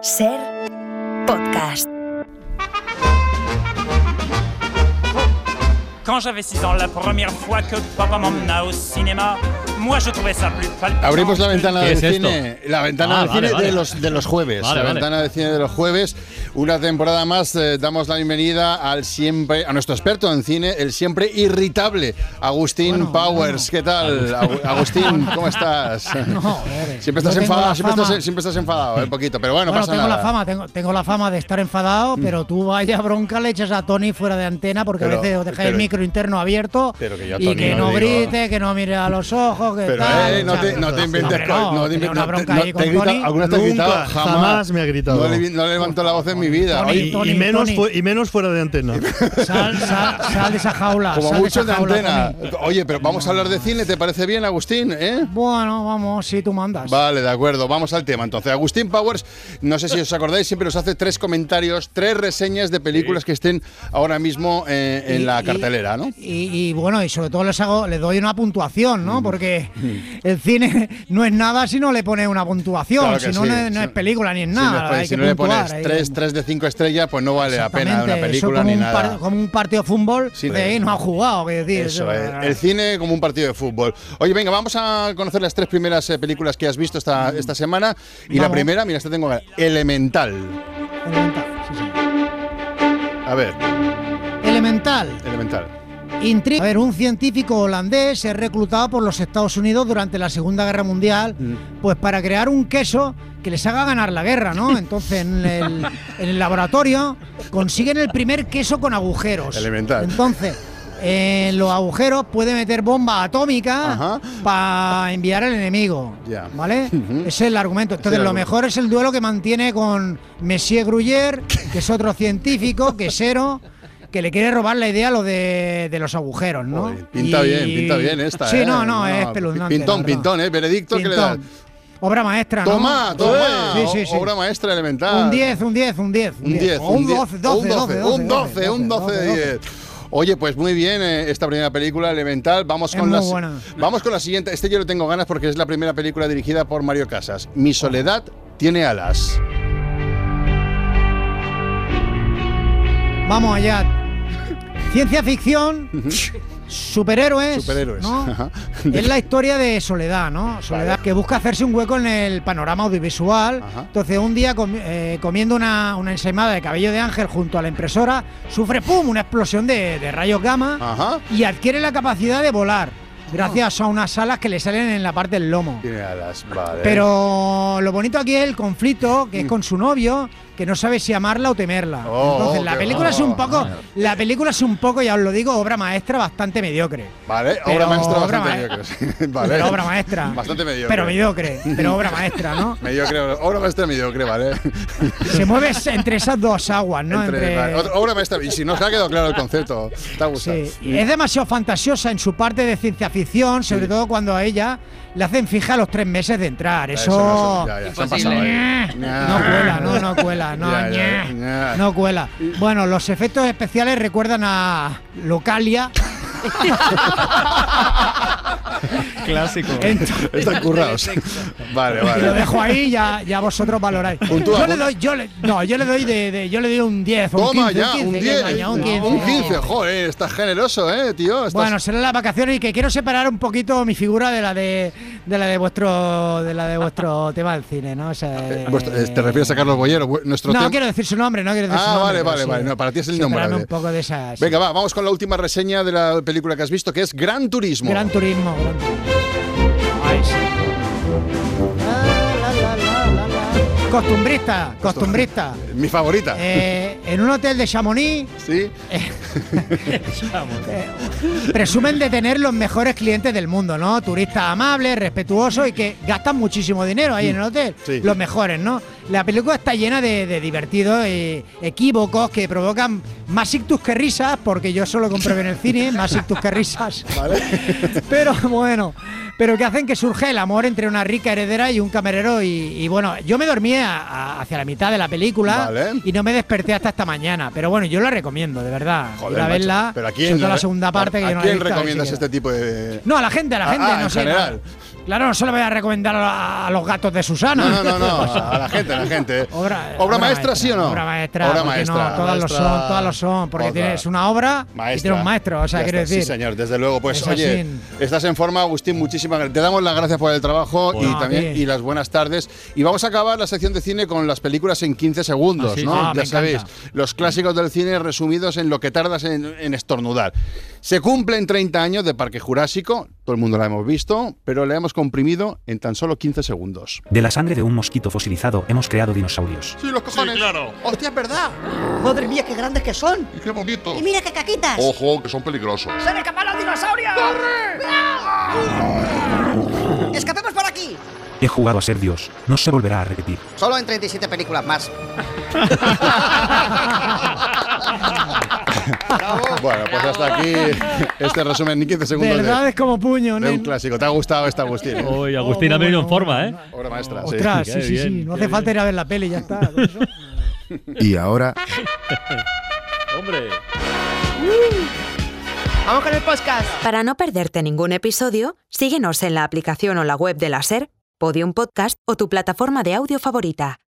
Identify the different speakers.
Speaker 1: Ser podcast.
Speaker 2: Quand j'avais 6 ans, la première fois que papa m'emmena au cinéma, moi je trouvais ça plus palpitant.
Speaker 3: Abrimos la
Speaker 2: que-
Speaker 3: ventana
Speaker 4: ¿Qué
Speaker 3: del
Speaker 4: es esto?
Speaker 3: cine. La ventana
Speaker 4: Ah,
Speaker 3: del
Speaker 4: vale,
Speaker 3: cine de,
Speaker 4: vale.
Speaker 3: los, de los jueves.
Speaker 4: Vale,
Speaker 3: la
Speaker 4: vale.
Speaker 3: ventana del cine de los jueves. Una temporada más. eh, damos la bienvenida al siempre, a nuestro experto en cine, el siempre irritable, Agustín Powers. ¿Qué tal? Agu- Agustín, ¿cómo estás? siempre estás
Speaker 5: yo tengo
Speaker 3: enfadado,
Speaker 5: la
Speaker 3: siempre
Speaker 5: fama.
Speaker 3: estás, siempre estás enfadado, eh, un poquito, pero bueno,
Speaker 5: Bueno,
Speaker 3: pasa
Speaker 5: tengo
Speaker 3: nada. Mm.
Speaker 5: la fama, tengo, tengo la fama de estar enfadado, pero tú vaya bronca le echas a Tony fuera de antena porque
Speaker 3: Pero-
Speaker 5: a veces os dejáis
Speaker 3: pero-
Speaker 5: el micro interno abierto
Speaker 3: pero que yo a
Speaker 5: y
Speaker 3: Tony
Speaker 5: que
Speaker 3: no
Speaker 5: no,
Speaker 3: le digo-
Speaker 5: grite, que no mire a los ojos, que
Speaker 3: Pero
Speaker 5: tal.
Speaker 3: eh, no,
Speaker 5: o sea,
Speaker 3: te, no te inventes
Speaker 5: hombre,
Speaker 3: cosas,
Speaker 5: no,
Speaker 3: no te
Speaker 5: tenía
Speaker 3: inventes
Speaker 5: una bronca ahí
Speaker 3: te he
Speaker 5: con
Speaker 3: gritado-
Speaker 5: Tony.
Speaker 3: ¿Alguna vez te he
Speaker 6: Nunca,
Speaker 3: gritado? Jamás.
Speaker 6: jamás me ha gritado.
Speaker 3: No, le- no levanto la voz en mi vida.
Speaker 5: Tony,
Speaker 3: Oye,
Speaker 6: Y,
Speaker 5: Tony,
Speaker 6: y menos
Speaker 5: Tony.
Speaker 6: fu- y menos fuera de antena.
Speaker 5: Sal, sal, sal de esa jaula.
Speaker 3: Como
Speaker 5: sal de
Speaker 3: mucho
Speaker 5: esa
Speaker 3: de
Speaker 5: jaula,
Speaker 3: antena.
Speaker 5: Tony.
Speaker 3: Oye, pero vamos a hablar de cine, ¿te parece bien, Agustín? ¿Eh?
Speaker 5: Bueno, vamos, si tú mandas.
Speaker 3: Vale, de acuerdo, vamos al tema. Entonces, Agustín Powers, no sé si os acordáis, siempre nos hace tres comentarios, tres reseñas de películas que estén ahora mismo eh, en
Speaker 5: Y-
Speaker 3: la
Speaker 5: y-
Speaker 3: cartelera, ¿no?
Speaker 5: Y, y, bueno, y sobre todo les hago, les doy una puntuación,
Speaker 3: Mm.
Speaker 5: ¿no? Porque el cine no es nada si no le pones una puntuación,
Speaker 3: Claro que
Speaker 5: si no,
Speaker 3: sí.
Speaker 5: no, es- no es
Speaker 3: Si-
Speaker 5: película ni es
Speaker 3: si
Speaker 5: nada.
Speaker 3: no-
Speaker 5: hay
Speaker 3: si
Speaker 5: que
Speaker 3: no le
Speaker 5: puntuar,
Speaker 3: pones
Speaker 5: hay que-
Speaker 3: tres, tres de cinco estrellas, pues no vale la pena una
Speaker 5: Exactamente,
Speaker 3: película
Speaker 5: eso como
Speaker 3: ni
Speaker 5: un
Speaker 3: nada.
Speaker 5: par- como un partido de fútbol
Speaker 3: Sí,
Speaker 5: de ahí no ha jugado, que decir.
Speaker 3: Eso
Speaker 5: o
Speaker 3: es.
Speaker 5: sea,
Speaker 3: El cine como un partido de fútbol. Oye, venga, vamos a conocer las tres primeras eh, películas que has visto esta, esta semana. Y la
Speaker 5: Mm. Vamos.
Speaker 3: primera, mira, esta tengo acá, Elemental.
Speaker 5: Elemental, sí, sí.
Speaker 3: A ver,
Speaker 5: Elemental,
Speaker 3: Elemental.
Speaker 5: intriga. A ver, un científico holandés es reclutado por los Estados Unidos durante la Segunda Guerra Mundial,
Speaker 3: Mm.
Speaker 5: pues para crear un queso que les haga ganar la guerra, ¿no? Entonces, en el, en el laboratorio consiguen el primer queso con agujeros.
Speaker 3: Elemental.
Speaker 5: Entonces. En los agujeros puede meter bomba atómica
Speaker 3: Ajá.
Speaker 5: para enviar al enemigo.
Speaker 3: Ya.
Speaker 5: ¿Vale?
Speaker 3: Ujú.
Speaker 5: Ese es el argumento. Entonces,
Speaker 3: el
Speaker 5: lo
Speaker 3: argumento.
Speaker 5: mejor es el duelo que mantiene con Messier Gruyère, que es otro científico, quesero, que le quiere robar la idea a lo de, de los agujeros, ¿no?
Speaker 3: Joder, pinta
Speaker 5: Y-
Speaker 3: bien, pinta bien esta.
Speaker 5: Sí,
Speaker 3: eh.
Speaker 5: no, no, es espeluznante.
Speaker 3: Pintón,
Speaker 5: la verdad.
Speaker 3: pintón, ¿eh? Veredicto que le das.
Speaker 5: Pintón. Obra maestra, ¿no?
Speaker 3: Toma, toma.
Speaker 5: Sí, sí, sí.
Speaker 3: Obra maestra elemental.
Speaker 5: Un 10, un 10, un 10.
Speaker 3: Un 10.
Speaker 5: O un 12, 12, 12.
Speaker 3: Un 12, un 12 de 10. Oye, pues muy bien eh, esta primera película, Elemental. Vamos
Speaker 5: Es
Speaker 3: con,
Speaker 5: muy
Speaker 3: la,
Speaker 5: buena.
Speaker 3: vamos con la siguiente. Este yo lo tengo ganas porque es la primera película dirigida por Mario Casas. Mi soledad tiene alas.
Speaker 5: Vamos allá. Ciencia ficción, superhéroes.
Speaker 3: Superhéroes.
Speaker 5: ¿no? Eh,
Speaker 3: Ajá.
Speaker 5: Es la historia de Soledad, ¿no? Soledad que busca hacerse un hueco en el panorama audiovisual.
Speaker 3: Ajá.
Speaker 5: Entonces, un día comi- eh, comiendo una, una ensaimada de cabello de ángel junto a la impresora, sufre ¡pum! una explosión de, de rayos gamma
Speaker 3: Ajá.
Speaker 5: y adquiere la capacidad de volar
Speaker 3: Ah.
Speaker 5: gracias a unas alas que le salen en la parte del lomo.
Speaker 3: Tiene alas, vale.
Speaker 5: Pero lo bonito aquí es el conflicto que es con su novio, que no sabe si amarla o temerla.
Speaker 3: Mm. Oh,
Speaker 5: Entonces
Speaker 3: oh,
Speaker 5: la
Speaker 3: qué
Speaker 5: película es
Speaker 3: bueno.
Speaker 5: un poco, la película es un poco, ya os lo digo, obra maestra bastante mediocre.
Speaker 3: Vale, obra
Speaker 5: pero
Speaker 3: maestra
Speaker 5: obra
Speaker 3: bastante
Speaker 5: ma-
Speaker 3: mediocre. vale.
Speaker 5: Pero obra maestra.
Speaker 3: Bastante mediocre.
Speaker 5: Pero mediocre, pero obra maestra, ¿no?
Speaker 3: Mediocre, obra maestra mediocre, vale.
Speaker 5: Se mueve es- entre esas dos aguas, ¿no?
Speaker 3: Entre-
Speaker 5: Entre-
Speaker 3: vale, otra- Obra maestra. Y si no os ha quedado claro el concepto, te ha gustado.
Speaker 5: Sí, eh, y Es demasiado fantasiosa en su parte de ciencia ficción, sobre todo cuando a ella le hacen fija a los tres meses de entrar.
Speaker 3: no
Speaker 5: Eso,
Speaker 3: se- ya, ya, se han pasado ahí.
Speaker 5: No cuela, no, no cuela, no,
Speaker 3: Ya, ya,
Speaker 5: ñe,
Speaker 3: ya.
Speaker 5: no cuela. Bueno, los efectos especiales recuerdan a Localia.
Speaker 4: Clásico.
Speaker 5: Ento-
Speaker 3: Están currados. vale,
Speaker 5: y lo
Speaker 3: vale.
Speaker 5: dejo ahí, ya, ya vosotros valoráis.
Speaker 3: Puntúa,
Speaker 5: yo le
Speaker 3: puntúa.
Speaker 5: doy, yo le, no, yo le doy de, de- yo le doy un 10, un
Speaker 3: Toma
Speaker 5: 15,
Speaker 3: ya,
Speaker 5: un 15, que engaña,
Speaker 3: un 10.
Speaker 5: un
Speaker 3: Un
Speaker 5: 15.
Speaker 3: 15, joder, estás generoso, eh, tío. Estás-
Speaker 5: Bueno, serán las vacaciones y que quiero separar un poquito mi figura de la de, de la de vuestro de la de vuestro tema del cine, ¿no? O sea,
Speaker 3: Eh,
Speaker 5: eh,
Speaker 3: vuestro- eh, ¿Te refieres a Carlos Boyero? vu- Nuestro
Speaker 5: No,
Speaker 3: tem-
Speaker 5: quiero decir su nombre, no quiero decir su
Speaker 3: Ah,
Speaker 5: nombre.
Speaker 3: vale,
Speaker 5: pero
Speaker 3: vale,
Speaker 5: sí,
Speaker 3: vale. No, para ti es el
Speaker 5: separarme
Speaker 3: innombrable.
Speaker 5: un poco de esas.
Speaker 3: Venga, va, vamos con la última reseña de la película que has visto, que es Gran Turismo.
Speaker 5: Gran Turismo. Gran Turismo. Ay, sí. La, la, la, la, la, la. Costumbrista, costumbrista.
Speaker 3: Mi favorita.
Speaker 5: Eh, en un hotel de Chamonix
Speaker 3: ¿Sí?
Speaker 5: presumen de tener los mejores clientes del mundo, ¿no? Turistas amables, respetuosos y que gastan muchísimo dinero ahí en el hotel.
Speaker 3: Sí.
Speaker 5: Los mejores, ¿no? La película está llena de, de divertidos eh, equívocos que provocan más ictus que risas, porque yo solo compruebo en el cine, más ictus que risas. Pero bueno, pero que hacen que surja el amor entre una rica heredera y un camarero. Y, y, bueno, yo me dormí a- a- hacia la mitad de la película
Speaker 3: Vale.
Speaker 5: y no me desperté hasta esta mañana. Pero bueno, yo la recomiendo, de verdad.
Speaker 3: Joder,
Speaker 5: Ir a
Speaker 3: macho.
Speaker 5: verla,
Speaker 3: Pero a
Speaker 5: sobre
Speaker 3: quién.
Speaker 5: todo la segunda parte
Speaker 3: ¿A,
Speaker 5: que yo no
Speaker 3: a
Speaker 5: la he
Speaker 3: quién
Speaker 5: visto, a ver si
Speaker 3: recomiendas
Speaker 5: queda.
Speaker 3: este tipo de.?
Speaker 5: No, a la gente, a la
Speaker 3: Ah,
Speaker 5: gente,
Speaker 3: ah,
Speaker 5: no
Speaker 3: en
Speaker 5: sé.
Speaker 3: general.
Speaker 5: nada. Claro, no se lo voy a recomendar a, a los gatos de Susana.
Speaker 3: No, no, no, no, a la gente, a la gente.
Speaker 5: Obra,
Speaker 3: Obra maestra, ¿sí o no?
Speaker 5: Obra maestra.
Speaker 3: Obra
Speaker 5: porque
Speaker 3: maestra,
Speaker 5: No, todas
Speaker 6: maestra.
Speaker 5: lo son, todas lo son. Porque
Speaker 3: Otra.
Speaker 5: tienes una obra y
Speaker 3: Maestra.
Speaker 5: tienes un maestro. O sea,
Speaker 3: Ya
Speaker 5: quiero
Speaker 3: está,
Speaker 5: decir.
Speaker 3: Sí, señor, desde luego. Pues
Speaker 5: Es
Speaker 3: oye,
Speaker 5: así.
Speaker 3: estás en forma, Agustín, muchísimas gracias. Te damos las gracias por el trabajo
Speaker 5: Bueno.
Speaker 3: y también
Speaker 5: A ti.
Speaker 3: y las buenas tardes. Y vamos a acabar la sección de cine con las películas en 15 segundos,
Speaker 4: Ah, sí,
Speaker 3: ¿no?
Speaker 4: sí.
Speaker 5: Ah,
Speaker 3: ya
Speaker 5: me
Speaker 3: sabéis,
Speaker 5: encanta.
Speaker 3: los clásicos del cine resumidos en lo que tardas en, en estornudar. Se cumplen 30 años de Parque Jurásico, todo el mundo la hemos visto, pero la hemos comprimido en tan solo 15 segundos.
Speaker 7: De la sangre de un mosquito fosilizado hemos creado dinosaurios.
Speaker 3: Sí, los cojones.
Speaker 8: claro.
Speaker 3: Hostia, es verdad.
Speaker 9: Madre mía, qué grandes que son.
Speaker 8: Y qué bonito.
Speaker 9: Y mira qué caquitas.
Speaker 8: Ojo, que son peligrosos.
Speaker 9: Escapemos por aquí.
Speaker 7: He jugado a ser Dios. No se volverá a repetir.
Speaker 9: Solo en 37 películas más.
Speaker 3: Bueno, pues hasta aquí este resumen en 15 segundos de-
Speaker 5: Verdad es como puño,
Speaker 3: de,
Speaker 5: ¿no?
Speaker 3: un clásico. ¿Te ha gustado esta, Agustín?
Speaker 6: Uy, Agustín,
Speaker 5: Oh,
Speaker 6: ha venido en
Speaker 5: bueno,
Speaker 6: forma, ¿eh?
Speaker 5: bueno, bueno.
Speaker 3: Obra maestra. sí.
Speaker 5: Ostras, sí,
Speaker 6: Qué
Speaker 5: sí, sí.
Speaker 6: bien,
Speaker 5: No
Speaker 6: qué
Speaker 5: hace falta
Speaker 6: bien.
Speaker 5: ir a ver la peli, ya está. con eso.
Speaker 10: Y ahora,
Speaker 6: Hombre.
Speaker 11: Vamos con el podcast.
Speaker 1: Para no perderte ningún episodio, síguenos en la aplicación o la web de la SER, Podium Podcast o tu plataforma de audio favorita.